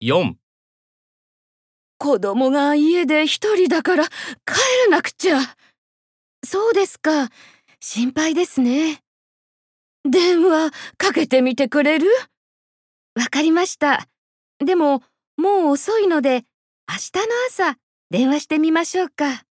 4子供が家で一人だから帰らなくちゃ。そうですか。心配ですね。電話かけてみてくれるわかりました。でも、もう遅いので、明日の朝、電話してみましょうか。